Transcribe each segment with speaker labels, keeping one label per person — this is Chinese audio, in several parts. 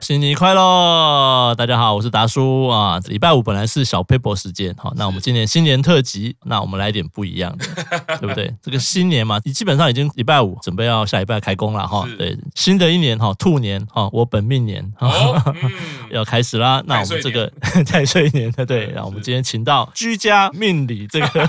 Speaker 1: 新年快乐！大家好，我是达叔啊。礼拜五本来是小 paper 时间，好，那我们今年新年特辑，那我们来点不一样 的，对不对？这个新年嘛，基本上已经礼拜五，准备要下礼拜开工了哈
Speaker 2: 是。
Speaker 1: 对，新的一年哈，兔年哈，我本命年哈。
Speaker 2: 哦， 嗯，
Speaker 1: 要开始 啦。那我们这个 太岁年的对，
Speaker 2: 嗯
Speaker 1: 然后我们
Speaker 2: 是
Speaker 1: 今天请到居家命理这 个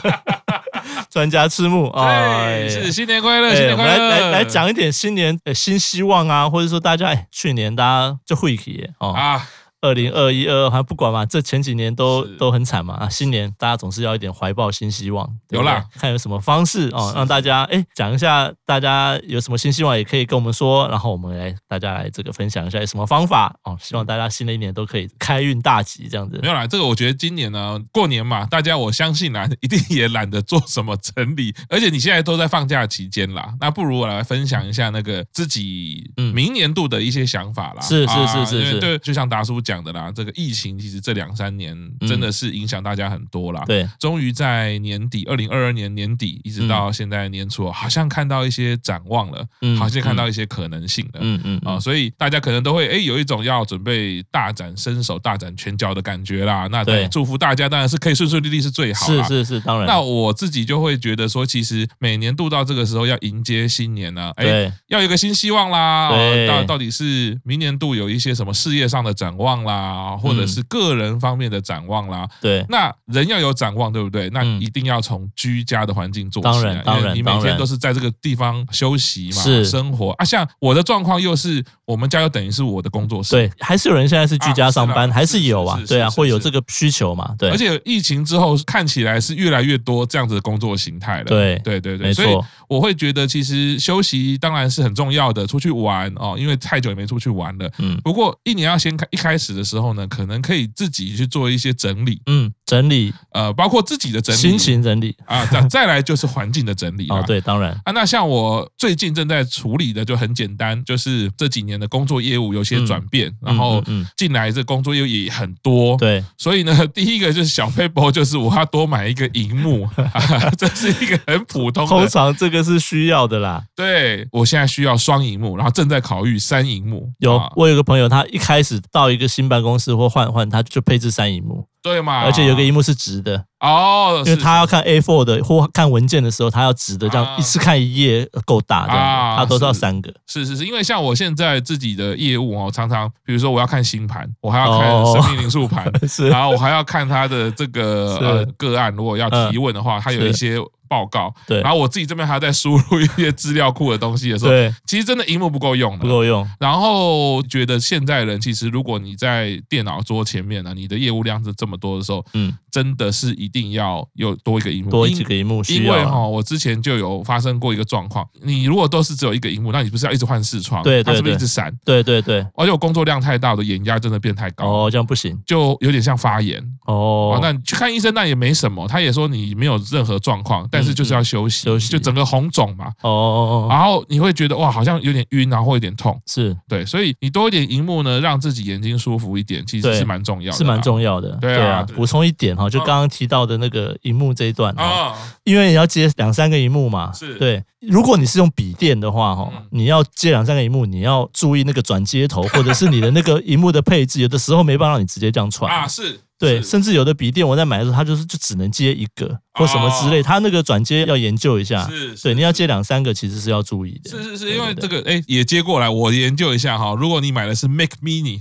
Speaker 1: 专家赤木啊，
Speaker 2: 哎，是新年快
Speaker 1: 哎
Speaker 2: 乐，新年
Speaker 1: 我们来
Speaker 2: 快乐，
Speaker 1: 来来讲一点新年呃新希望啊，或者说大家哎去年大家就晦气耶哦，
Speaker 2: 啊，
Speaker 1: 二零二一二二还不管嘛，这前几年都
Speaker 2: 是
Speaker 1: 都很惨嘛啊，新年大家总是要一点怀抱新希望，对不对
Speaker 2: 有啦，
Speaker 1: 看有什么方式哦，
Speaker 2: 是
Speaker 1: 让大家哎讲一下大家有什么新希望，也可以跟我们说，然后我们来大家来这个分享一下有什么方法哦，希望大家新的一年都可以开运大吉这样子
Speaker 2: 没。有啦，这个我觉得今年呢，过年嘛，大家我相信啦，一定也懒得做什么整理，而且你现在都在放假期间啦，那不如我来分享一下那个自己
Speaker 1: 嗯
Speaker 2: 明年度的一些想法啦。
Speaker 1: 是是
Speaker 2: 啊
Speaker 1: 是是
Speaker 2: 因为
Speaker 1: 是
Speaker 2: 对，就像达叔讲的啦，这个疫情其实这两三年真的是影响大家很多啦。
Speaker 1: 对，
Speaker 2: 终于在年底，二零二二年年底一直到现在年初，好像看到一些展望了，
Speaker 1: 嗯
Speaker 2: 好像看到一些可能性了。
Speaker 1: 嗯嗯
Speaker 2: 啊、
Speaker 1: 嗯
Speaker 2: 所以大家可能都会哎有一种要准备大展身手、大展拳脚的感觉啦。那
Speaker 1: 对
Speaker 2: 祝福大家当然是可以顺顺利利是最好
Speaker 1: 是
Speaker 2: 啦。
Speaker 1: 是是，当然，
Speaker 2: 那我自己就会觉得说，其实每年度到这个时候要迎接新年呢、哎，
Speaker 1: 对
Speaker 2: 要有一个新希望啦。
Speaker 1: 对
Speaker 2: 哦到到底是明年度有一些什么事业上的展望啦，或者
Speaker 1: 嗯
Speaker 2: 是个人方面的展望啦。
Speaker 1: 对
Speaker 2: 那人要有展望，对不对？那
Speaker 1: 嗯
Speaker 2: 一定要从居家的环境做
Speaker 1: 当
Speaker 2: 起
Speaker 1: 然
Speaker 2: 来，
Speaker 1: 当
Speaker 2: 因为
Speaker 1: 然
Speaker 2: 你每
Speaker 1: 当然
Speaker 2: 天都是在这个地方休息嘛，
Speaker 1: 是
Speaker 2: 生活啊。像我的状况又是，我们家又等于是我的工作室，
Speaker 1: 对，还是有人现在是居
Speaker 2: 啊
Speaker 1: 家
Speaker 2: 是啦
Speaker 1: 上班，还
Speaker 2: 是
Speaker 1: 是有啊
Speaker 2: 是，是
Speaker 1: 对啊，
Speaker 2: 是
Speaker 1: 会有
Speaker 2: 是
Speaker 1: 这个需求嘛，对
Speaker 2: 而，且疫情之后看起来是越来越多这样子的工作形态了。
Speaker 1: 对
Speaker 2: 对对对，
Speaker 1: 没
Speaker 2: 所以
Speaker 1: 错，
Speaker 2: 我会觉得，其实休息当然是很重要的，出去玩哦，因为太久也没出去玩了。
Speaker 1: 嗯
Speaker 2: 不过一年要先开一开始的时候呢，可能可以自己去做一些整理，
Speaker 1: 嗯，整理
Speaker 2: 呃，包括自己的整理
Speaker 1: 心情整理，
Speaker 2: 啊，再再来就是环境的整理啦
Speaker 1: 哦，对，当然，
Speaker 2: 啊，那像我最近正在处理的就很简单，就是这几年的工作业务有些转变，然后
Speaker 1: 嗯嗯嗯嗯
Speaker 2: 进来这工作业务也很多。
Speaker 1: 对，
Speaker 2: 所以呢， 第一个就是小 paper，就是我要多买一个荧幕， 啊、这是一个很普通
Speaker 1: 通
Speaker 2: 的。
Speaker 1: 常这个是需要的啦。
Speaker 2: 对我现在需要双荧幕，然后正在考虑三荧幕，
Speaker 1: 有
Speaker 2: 啊，
Speaker 1: 我有个朋友，他一开始到一个新办公室或换换，他就配置三荧幕，
Speaker 2: 对嘛？
Speaker 1: 而且有个荧幕是直的，
Speaker 2: 啊哦，
Speaker 1: 因为
Speaker 2: 是
Speaker 1: 他要看 A4 的或看文件的时候，他要直的，这
Speaker 2: 啊
Speaker 1: 样一次看一页够大，这
Speaker 2: 啊
Speaker 1: 样他都是要
Speaker 2: 是
Speaker 1: 三个。
Speaker 2: 是是是，因为像我现在自己的业务哦，常常比如说我要看星盘，我还要
Speaker 1: 哦
Speaker 2: 看生命灵数盘，
Speaker 1: 是
Speaker 2: 然后我还要看他的这个
Speaker 1: 是
Speaker 2: 呃个案，如果要提问的话，他有一些报告。
Speaker 1: 对
Speaker 2: 然后我自己这边还在输入一些资料库的东西的时候，
Speaker 1: 对，
Speaker 2: 其实真的荧幕不够用
Speaker 1: 不
Speaker 2: 了。
Speaker 1: 够用，
Speaker 2: 然后觉得现在人其实，如果你在电脑桌前面呢、啊你的业务量是这么多的时候，
Speaker 1: 嗯，
Speaker 2: 真的是一定要有多一个荧幕，
Speaker 1: 多
Speaker 2: 因
Speaker 1: 几个荧幕需
Speaker 2: 嗯因为哦
Speaker 1: 要
Speaker 2: 哈、
Speaker 1: 啊。
Speaker 2: 我之前就有发生过一个状况，你如果都是只有一个荧幕，那你不是要一直换视窗？
Speaker 1: 对对
Speaker 2: 它是不是一
Speaker 1: 对
Speaker 2: 直闪？
Speaker 1: 对对对，
Speaker 2: 而且我工作量太大，我的眼压真的变太高，
Speaker 1: 哦，这样不行，
Speaker 2: 就有点像发炎。哦
Speaker 1: 哦，，
Speaker 2: 那你去看医生，那也没什么，他也说你没有任何状况，但是就是要休息，
Speaker 1: 嗯休息
Speaker 2: 就整个红肿嘛。
Speaker 1: 哦哦哦，
Speaker 2: 然后你会觉得哇，好像有点晕，然后会有点痛，
Speaker 1: 是
Speaker 2: 对，所以你多一点荧幕呢，让自己眼睛舒服一点，其实
Speaker 1: 对
Speaker 2: 是蛮重要的啦，
Speaker 1: 是蛮重要的，
Speaker 2: 对啊对
Speaker 1: 补充一点哈，就
Speaker 2: 嗯
Speaker 1: 刚刚提到的那个荧幕这一段哈
Speaker 2: 啊，
Speaker 1: 因为你要接两三个荧幕嘛，
Speaker 2: 是
Speaker 1: 对。如果你是用笔电的话，哈、
Speaker 2: 嗯
Speaker 1: 你要接两三个荧幕，你要注意那个转接头， 或者是你的那个荧幕的配置，有的时候没办法让你直接这样串。
Speaker 2: 啊是，
Speaker 1: 对，
Speaker 2: 是
Speaker 1: 甚至有的笔电我在买的时候，它就是就只能接一个或什么之类，
Speaker 2: 哦
Speaker 1: 它那个转接要研究一下。
Speaker 2: 是，是
Speaker 1: 啊对，你要接两三个其实是要注意的。
Speaker 2: 是是是，
Speaker 1: 对
Speaker 2: 因为
Speaker 1: 对
Speaker 2: 这个哎也接过来，我研究一下哈。如果你买的是 Mac Mini，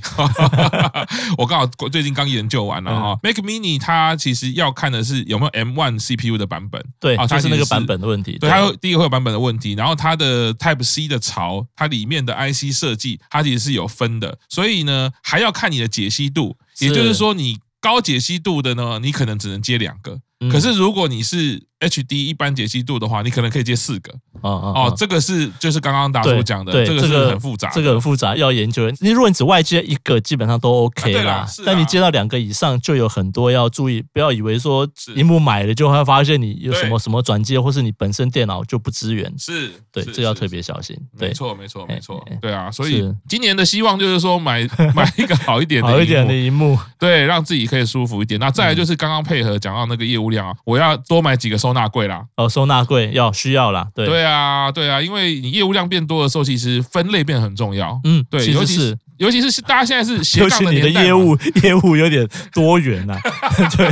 Speaker 2: 我刚好最近刚研究完了
Speaker 1: 嗯
Speaker 2: 哈。Mac Mini 它其实要看的是有没有 M1 CPU 的版本，
Speaker 1: 对，
Speaker 2: 啊
Speaker 1: 就
Speaker 2: 它
Speaker 1: 是
Speaker 2: 其
Speaker 1: 那
Speaker 2: 实
Speaker 1: 个
Speaker 2: 是
Speaker 1: 版本的问题。
Speaker 2: 对，它有第一个会有版本的问题，然后它的 Type C 的槽，它里面的 IC 设计，它其实是有分的，所以呢还要看你的解析度，也
Speaker 1: 是
Speaker 2: 就是说你高解析度的呢，你可能只能接两个。
Speaker 1: 嗯
Speaker 2: 可是如果你是 HD 一般解析度的话，你可能可以接四个。
Speaker 1: 哦哦
Speaker 2: 哦，这个是就是刚刚达叔
Speaker 1: 对
Speaker 2: 讲的，
Speaker 1: 对
Speaker 2: 这个是很复杂的，
Speaker 1: 这个很复杂，要研究。你如果你只外接一个，基本上都 OK
Speaker 2: 啊对啦
Speaker 1: 啦
Speaker 2: 是。啦
Speaker 1: 但你接到两个以上，就有很多要注意，不要以为说
Speaker 2: 是
Speaker 1: 荧幕买了就会发现你有
Speaker 2: 对
Speaker 1: 什么什么转接，或是你本身电脑就不支援。
Speaker 2: 是，
Speaker 1: 对，
Speaker 2: 是
Speaker 1: 这个要
Speaker 2: 是
Speaker 1: 特别小心。
Speaker 2: 没
Speaker 1: 对，
Speaker 2: 错，没错，
Speaker 1: 哎
Speaker 2: 没错
Speaker 1: 哎，
Speaker 2: 对啊，所以
Speaker 1: 是
Speaker 2: 今年的希望就是说买 买一个好一点的，
Speaker 1: 好一点的，荧幕，
Speaker 2: 对，让自己可以舒服一点。那
Speaker 1: 嗯
Speaker 2: 再来就是刚刚配合讲到那个业务量啊，我要多买几个收纳柜啦。
Speaker 1: 哦，收纳柜要需要啦。对，
Speaker 2: 对啊，对啊，因为你业务量变多的时候，其实分类变很重要。
Speaker 1: 嗯，
Speaker 2: 对，
Speaker 1: 其
Speaker 2: 尤
Speaker 1: 实
Speaker 2: 其是
Speaker 1: 是
Speaker 2: 尤其是是大家现在是斜
Speaker 1: 尤
Speaker 2: 杠
Speaker 1: 其
Speaker 2: 的
Speaker 1: 你的
Speaker 2: 年代嘛
Speaker 1: 业务业务有点多元呐、 对，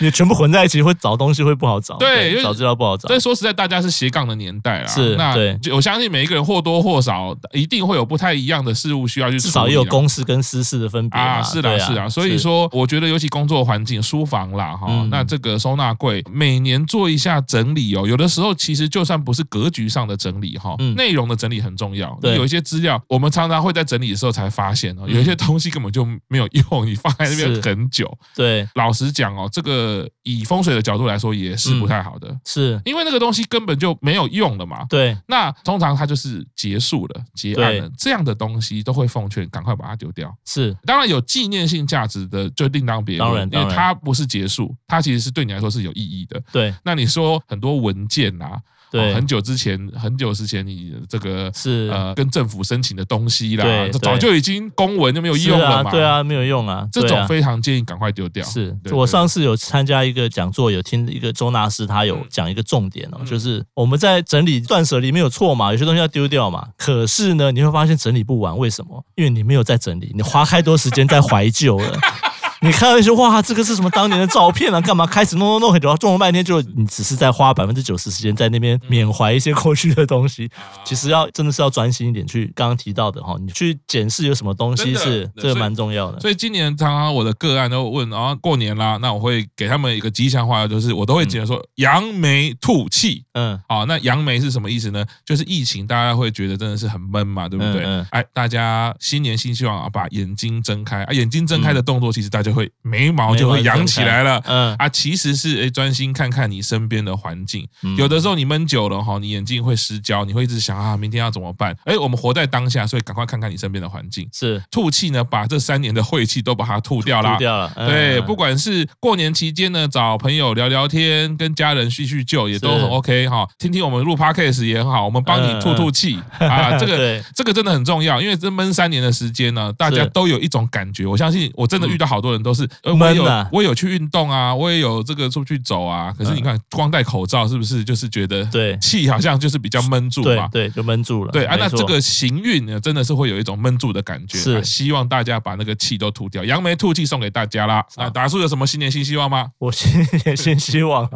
Speaker 1: 你全部混在一起会找东西会不好找，
Speaker 2: 对就是
Speaker 1: 找资料不好找，
Speaker 2: 但说实在，大家是斜杠的年代啦，
Speaker 1: 是
Speaker 2: 那
Speaker 1: 对
Speaker 2: 就我相信每一个人或多或少一定会有不太一样的事物需要去处理
Speaker 1: 至
Speaker 2: 啦，
Speaker 1: 少也有公事跟私事的分别
Speaker 2: 啊，
Speaker 1: 嘛
Speaker 2: 是
Speaker 1: 对
Speaker 2: 啦
Speaker 1: 啊，
Speaker 2: 是啦，所以说我觉得尤其工作环境、书房啦哈，
Speaker 1: 嗯
Speaker 2: 那这个收纳柜每年做一下整理哦，有的时候其实就算不是格局上的整理哈
Speaker 1: 嗯，
Speaker 2: 内容的整理很重要。
Speaker 1: 对嗯
Speaker 2: 有一些资料我们常常会在整理的时候才发现哦，有一些东西根本就没有用，你放在那边
Speaker 1: 是
Speaker 2: 很久。
Speaker 1: 对
Speaker 2: 老实讲哦，这个以风水的角度来说也是不太好的，
Speaker 1: 是，
Speaker 2: 因为那个东西根本就没有用了嘛。
Speaker 1: 对
Speaker 2: 那通常它就是结束了、结案了，这样的东西都会奉劝赶快把它丢掉。
Speaker 1: 是
Speaker 2: 当然有纪念性价值的就另当别论，
Speaker 1: 当然
Speaker 2: 因
Speaker 1: 当
Speaker 2: 为
Speaker 1: 然
Speaker 2: 它不是结束，它其实是对你来说是有意义的。
Speaker 1: 对
Speaker 2: 那你说很多文件啊，
Speaker 1: 对、
Speaker 2: 哦很久之前，很久之前你这个
Speaker 1: 是
Speaker 2: 呃跟政府申请的东西啦
Speaker 1: 对，
Speaker 2: 这
Speaker 1: 对
Speaker 2: 早就已经公文就没有
Speaker 1: 是
Speaker 2: 用了嘛，
Speaker 1: 啊，对，啊，没有用啊，
Speaker 2: 这
Speaker 1: 对
Speaker 2: 种
Speaker 1: 啊
Speaker 2: 非常建议赶快丢掉。
Speaker 1: 是
Speaker 2: 对
Speaker 1: 我
Speaker 2: 对
Speaker 1: 上次有参加一个讲座，有听一个周纳斯，他有
Speaker 2: 嗯
Speaker 1: 讲一个重点哦，
Speaker 2: 嗯
Speaker 1: 就是我们在整理断舍离没有错嘛，有些东西要丢掉嘛。可是呢，你会发现整理不完，为什么？因为你没有在整理，你花太多时间在怀旧了。你看到一些哇，这个是什么当年的照片啊？干嘛开始弄弄弄很久，弄了半天，就你只是在花百分之九十时间在那边缅怀一些过去的东西。其实要真的是要专心一点去刚刚提到的哈，你去检视有什么东
Speaker 2: 真
Speaker 1: 西
Speaker 2: 的
Speaker 1: 是
Speaker 2: 对
Speaker 1: 这个
Speaker 2: 所以
Speaker 1: 蛮重要的。
Speaker 2: 所以今年常常我的个案都问，然后过年啦，那我会给他们一个吉祥话，就是我都会讲说扬眉吐气。
Speaker 1: 嗯，
Speaker 2: 好、那扬眉是什么意思呢？就是疫情，大家会觉得真的是很闷嘛，对不对？
Speaker 1: 嗯嗯
Speaker 2: 哎，大家新年新希望啊，把眼睛睁开啊，眼睛睁开的动作，其实大家会眉毛就会扬起来了。
Speaker 1: 嗯
Speaker 2: 啊，其实是哎，专心看看你身边的环境。
Speaker 1: 嗯
Speaker 2: 有的时候你闷久了哈，你眼睛会失焦，你会一直想啊，明天要怎么办？哎，我们活在当下，所以赶快看看你身边的环境。
Speaker 1: 是
Speaker 2: 吐气呢，把这三年的晦气都把它吐掉啦
Speaker 1: 丢。掉了。嗯
Speaker 2: 对，不管是过年期间呢，找朋友聊聊天，跟家人叙叙旧，也都
Speaker 1: 是
Speaker 2: 很 OK 哈。听听我们录 podcast 也很好，我们帮你吐吐 气啊。这
Speaker 1: 嗯
Speaker 2: 个
Speaker 1: 对
Speaker 2: 这个真的很重要，因为这闷三年的时间呢，大家
Speaker 1: 是
Speaker 2: 都有一种感觉。我相信我真的遇到好多人都是，呃我
Speaker 1: 闷
Speaker 2: 有
Speaker 1: 啊嗯
Speaker 2: 我有去运动啊，我也有这个出去走啊。可是你看，光戴口罩是不是就是觉得
Speaker 1: 对
Speaker 2: 气好像就是比较闷住嘛
Speaker 1: 对？对，就闷住了。
Speaker 2: 对啊，
Speaker 1: 没
Speaker 2: 那
Speaker 1: 错
Speaker 2: 这个行运呢，真的是会有一种闷住的感觉。
Speaker 1: 是
Speaker 2: 啊希望大家把那个气都吐掉，扬眉吐气送给大家啦。那达叔有什么新年新希望吗？
Speaker 1: 我新 年新希望啊。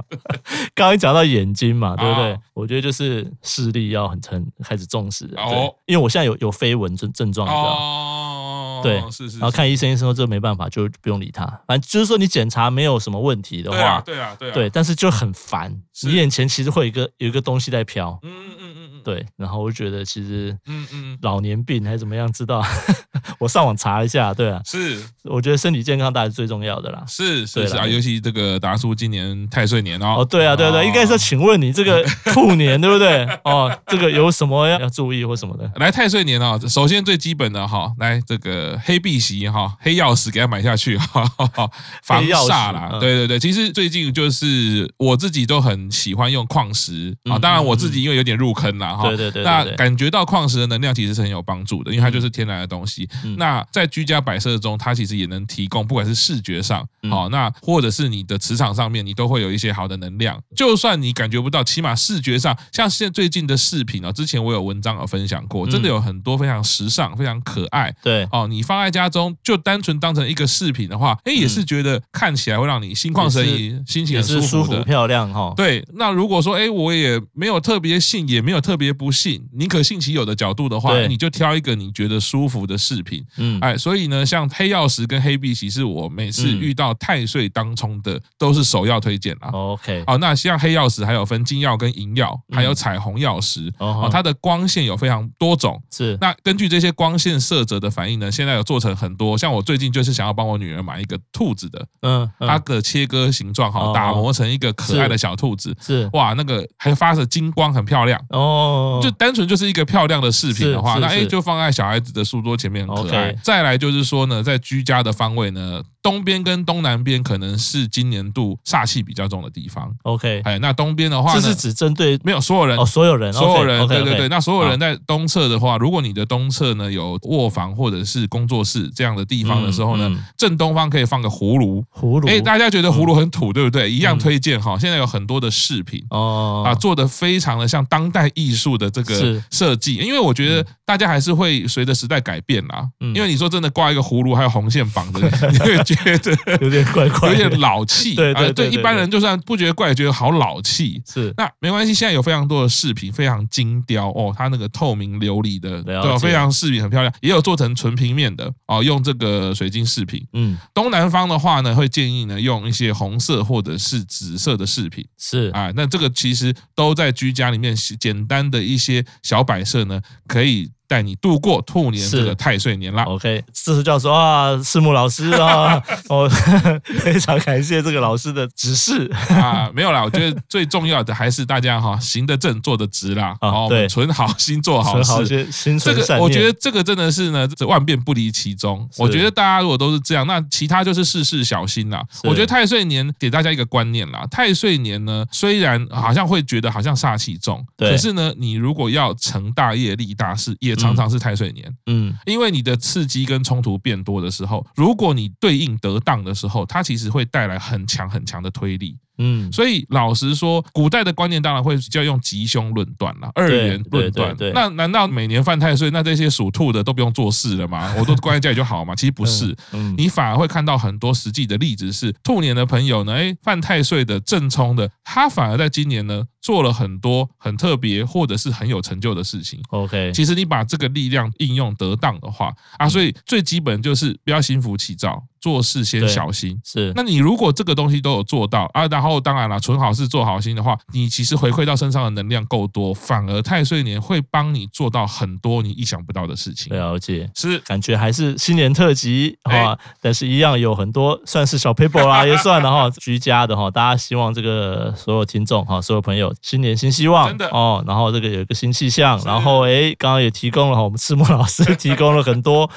Speaker 1: 刚刚讲到眼睛嘛，对不对
Speaker 2: 啊？
Speaker 1: 我觉得就是视力要很很开始重视。
Speaker 2: 哦
Speaker 1: 哦，因为我现在有有飞蚊症症状，你知道吗。
Speaker 2: 哦，
Speaker 1: 对
Speaker 2: 是是，
Speaker 1: 然后看医生，医生说这没办法，就不用理他。反正就是说你检查没有什么问题的
Speaker 2: 是对啊，
Speaker 1: 话，
Speaker 2: 对啊，对啊，
Speaker 1: 对，但是就很烦。
Speaker 2: 是
Speaker 1: 你眼前其实会有一个有一个东西在飘，
Speaker 2: 嗯，嗯嗯嗯嗯，
Speaker 1: 对。然后我就觉得其实
Speaker 2: 嗯嗯
Speaker 1: 老年病还是怎么样，知道？ 我上网查一下，对啊，
Speaker 2: 是
Speaker 1: 我觉得身体健康当然是最重要的啦。
Speaker 2: 是
Speaker 1: 对
Speaker 2: 是
Speaker 1: 啦
Speaker 2: 是啊，尤其这个达叔今年太岁年哦。
Speaker 1: 哦，对啊，对啊对啊，
Speaker 2: 哦
Speaker 1: 应该说，请问你这个兔年对不对？哦，这个有什么要要注意或什么的？
Speaker 2: 来太岁年哦，首先最基本的哈，来这个黑碧玺哈，黑曜石给它买下去哈， 防
Speaker 1: 黑曜石
Speaker 2: 煞啦。
Speaker 1: 嗯
Speaker 2: 对对对，其实最近就是我自己都很喜欢用矿石啊，
Speaker 1: 嗯
Speaker 2: 当然我自己因为有点入坑啦哈
Speaker 1: 对。对对
Speaker 2: 那
Speaker 1: 对对，
Speaker 2: 感觉到矿石的能量其实是很有帮助的，因为它就是天然的东西。
Speaker 1: 嗯
Speaker 2: 那在居家摆设中，它其实也能提供，不管是视觉上，
Speaker 1: 嗯
Speaker 2: 好、那或者是你的磁场上面，你都会有一些好的能量。就算你感觉不到，起码视觉上，像现在最近的饰品哦，之前我有文章有分享过，
Speaker 1: 嗯
Speaker 2: 真的有很多非常时尚、非常可爱。
Speaker 1: 对
Speaker 2: 哦，你放在家中就单纯当成一个饰品的话，哎，也是觉得看起来会让你心旷神怡，心
Speaker 1: 嗯
Speaker 2: 情
Speaker 1: 也
Speaker 2: 很
Speaker 1: 是舒
Speaker 2: 舒
Speaker 1: 服
Speaker 2: 服的。
Speaker 1: 漂亮哈。
Speaker 2: 对，那如果说，哎，我也没有特别信，也没有特别不信，宁可信其有的角度的话，
Speaker 1: 对
Speaker 2: 你就挑一个你觉得舒服的饰品。
Speaker 1: 嗯，
Speaker 2: 哎，所以呢，像黑曜石跟黑碧玺是我每次
Speaker 1: 嗯哦
Speaker 2: 遇到太岁当冲的，都是首要推荐啦。
Speaker 1: ，OK，
Speaker 2: 好，那像黑曜石还有分金曜跟银曜，还有
Speaker 1: 嗯
Speaker 2: 彩虹曜石。
Speaker 1: 哦
Speaker 2: 哦，它的光线有非常多种。
Speaker 1: 是
Speaker 2: 那根据这些光线色泽的反应呢，现在有做成很多。像我最近就是想要帮我女儿买一个兔子的，
Speaker 1: 嗯，
Speaker 2: 它
Speaker 1: 嗯
Speaker 2: 的切割形状哈
Speaker 1: 哦，
Speaker 2: 打磨成一个可爱的小兔子，
Speaker 1: 是
Speaker 2: 哇，那个还发着金光，很漂亮。
Speaker 1: 哦，
Speaker 2: 就单纯就是一个漂亮的饰品的话，
Speaker 1: 是是
Speaker 2: 那哎
Speaker 1: 是
Speaker 2: 就放在小孩子的书桌前面很可爱
Speaker 1: OK。
Speaker 2: 再来就是说呢，在居家的方位呢，东边跟东南边可能是今年度煞气比较重的地方。
Speaker 1: OK，
Speaker 2: 哎，那东边的话
Speaker 1: 这
Speaker 2: 呢，
Speaker 1: 是只针对
Speaker 2: 没有所有人
Speaker 1: 哦。所有人，
Speaker 2: 所有人，
Speaker 1: OK，
Speaker 2: 对对对，
Speaker 1: OK，
Speaker 2: 那所有人在东侧的话，如果你的东侧呢有卧房或者是工作室这样的地方的时候呢
Speaker 1: 嗯嗯，
Speaker 2: 正东方可以放个葫芦。
Speaker 1: 葫芦嗯
Speaker 2: 哎，大家觉得葫芦很土，对不对？一样推荐哈。现在有很多的饰品，
Speaker 1: 哦
Speaker 2: 啊，做的非常的像当代艺术的这个
Speaker 1: 是
Speaker 2: 设计，因为我觉得大家还是会随着时代改变啦。
Speaker 1: 嗯
Speaker 2: 因为你说真的挂一个葫芦还有红线绑着， 你会觉得
Speaker 1: 有点怪怪
Speaker 2: 有
Speaker 1: 的，
Speaker 2: 点老气。
Speaker 1: 对对
Speaker 2: 啊
Speaker 1: 对对
Speaker 2: 一般人就算不觉得怪，也觉得好老气。
Speaker 1: 是
Speaker 2: 那没关系，现在有非常多的饰品，非常精雕哦，它那个透明琉璃的，
Speaker 1: 了
Speaker 2: 对，
Speaker 1: 解
Speaker 2: 非常饰品很漂亮，也有做成纯平面的哦，用这个水晶饰品。
Speaker 1: 嗯
Speaker 2: 东南方的话呢，会建议呢用一些红色或者是紫色的饰品
Speaker 1: 是
Speaker 2: 啊，那这个其实都在居家里面简单的一些小摆设呢，可以带你度过兔年
Speaker 1: 是哦
Speaker 2: 这个太岁年啦。
Speaker 1: OK，这是教授啊，赤木老师 啊，我 非常感谢这个老师的指示。
Speaker 2: 啊，没有啦，我觉得最重要的还是大家哈、行得正，坐得直啦，
Speaker 1: 啊
Speaker 2: 哦，我
Speaker 1: 对
Speaker 2: 们存好心，做好
Speaker 1: 存好
Speaker 2: 事。
Speaker 1: 些心
Speaker 2: 这
Speaker 1: 存善
Speaker 2: 个
Speaker 1: 念，
Speaker 2: 我觉得这个真的是呢，这万变不离其宗。
Speaker 1: 是
Speaker 2: 我觉得大家如果都是这样，那其他就是事事小心啦。
Speaker 1: 是
Speaker 2: 我觉得太岁年给大家一个观念啦，太岁年呢虽然好像会觉得好像煞气重，
Speaker 1: 对
Speaker 2: 可是呢，你如果要成大业立大事，也常常是太岁年。
Speaker 1: 嗯
Speaker 2: 因为你的刺激跟冲突变多的时候，如果你对应得当的时候，它其实会带来很强很强的推力。
Speaker 1: 嗯，
Speaker 2: 所以老实说，古代的观念当然会比较用吉凶论断啦，二元论断
Speaker 1: 对对对。
Speaker 2: 那难道每年犯太岁，那这些属兔的都不用做事了 吗？我都关在家里就好嘛？其实不是。
Speaker 1: 嗯
Speaker 2: 你反而会看到很多实际的例子是，兔年的朋友呢，哎，犯太岁的正冲的，他反而在今年呢做了很多很特别或者是很有成就的事情。
Speaker 1: OK
Speaker 2: 其实你把这个力量应用得当的话
Speaker 1: 嗯
Speaker 2: 啊，所以最基本就是不要心浮气躁，做事先
Speaker 1: 对
Speaker 2: 小心。
Speaker 1: 是
Speaker 2: 那你如果这个东西都有做到啊，然后当然了，存好事做好心的话，你其实回馈到身上的能量够多，反而太岁年会帮你做到很多你意想不到的事情。
Speaker 1: 了解。
Speaker 2: 是
Speaker 1: 感觉还是新年特辑
Speaker 2: 哎
Speaker 1: 啊，但是一样有很多算是小 paper 啦，也算了哈，居家的哈，大家希望这个所有听众哈，所有朋友新年新希望
Speaker 2: 真的
Speaker 1: 哦，然后这个有一个新气象，
Speaker 2: 是
Speaker 1: 然后哎，刚刚也提供了哈，我们赤木老师 提供了很多，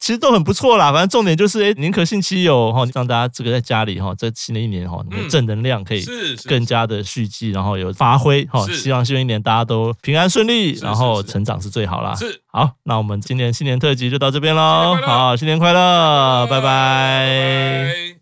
Speaker 1: 其实都很不错啦，反正重点就是哎，宁可信其有哈，让大家这个在家里哈，在新的一年哈，你的
Speaker 2: 嗯
Speaker 1: 正能量可以
Speaker 2: 是是
Speaker 1: 哎更加的蓄积，然后有发挥哈，
Speaker 2: 是
Speaker 1: 希望新的一年大家都平安顺利，
Speaker 2: 是
Speaker 1: 然后
Speaker 2: 是是
Speaker 1: 成长是最好啦。
Speaker 2: 是，
Speaker 1: 好，那我们今年新年特辑就到这边喽
Speaker 2: 新年快。乐
Speaker 1: 啊好，新年快乐，拜拜
Speaker 2: 拜拜